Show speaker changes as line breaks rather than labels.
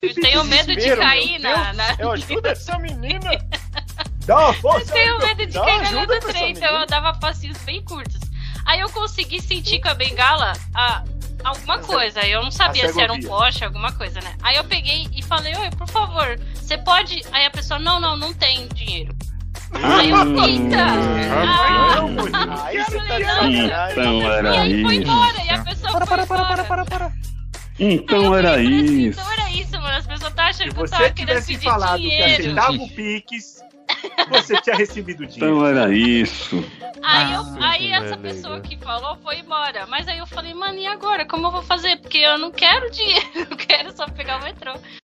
Eu tenho medo de
desespero,
cair
meu
na.
Deus
na-
do céu, ajuda essa menina.
Dá uma
Eu
força.
tenho medo de
Dá
cair na
ajuda
linha do
pra
trem,
essa
então eu
menina.
dava passinhos bem curtos. Aí eu consegui sentir com a bengala a- alguma coisa. Eu não sabia se era um
cegovia.
poste, alguma coisa, né? Aí eu peguei e falei, oi, por favor, você pode. Aí a pessoa, não, não, não tem dinheiro.
Então
Aí eu, eita!
rapaz.
Ah,
Não, moleque.
Aí você tá de
Não.
sacanagem.
Então
e
era
aí foi
isso.
embora, e a pessoa
Para,
foi
para, para, para,
embora.
para, para.
Aí eu
Então
falei
era
pra ela assim,
isso.
Então era isso, mano. As pessoas estavam achando
Se
que eu
você
tava querendo
tivesse
pedir
falado que
dinheiro.
aceitava o Pix, você tinha recebido o dinheiro.
Então era isso.
Aí, eu-
Ah,
aí
que
essa
beleza.
pessoa que falou foi embora. Mas aí eu falei, mano, e agora? Como eu vou fazer? Porque eu não quero dinheiro, eu quero só pegar o metrô.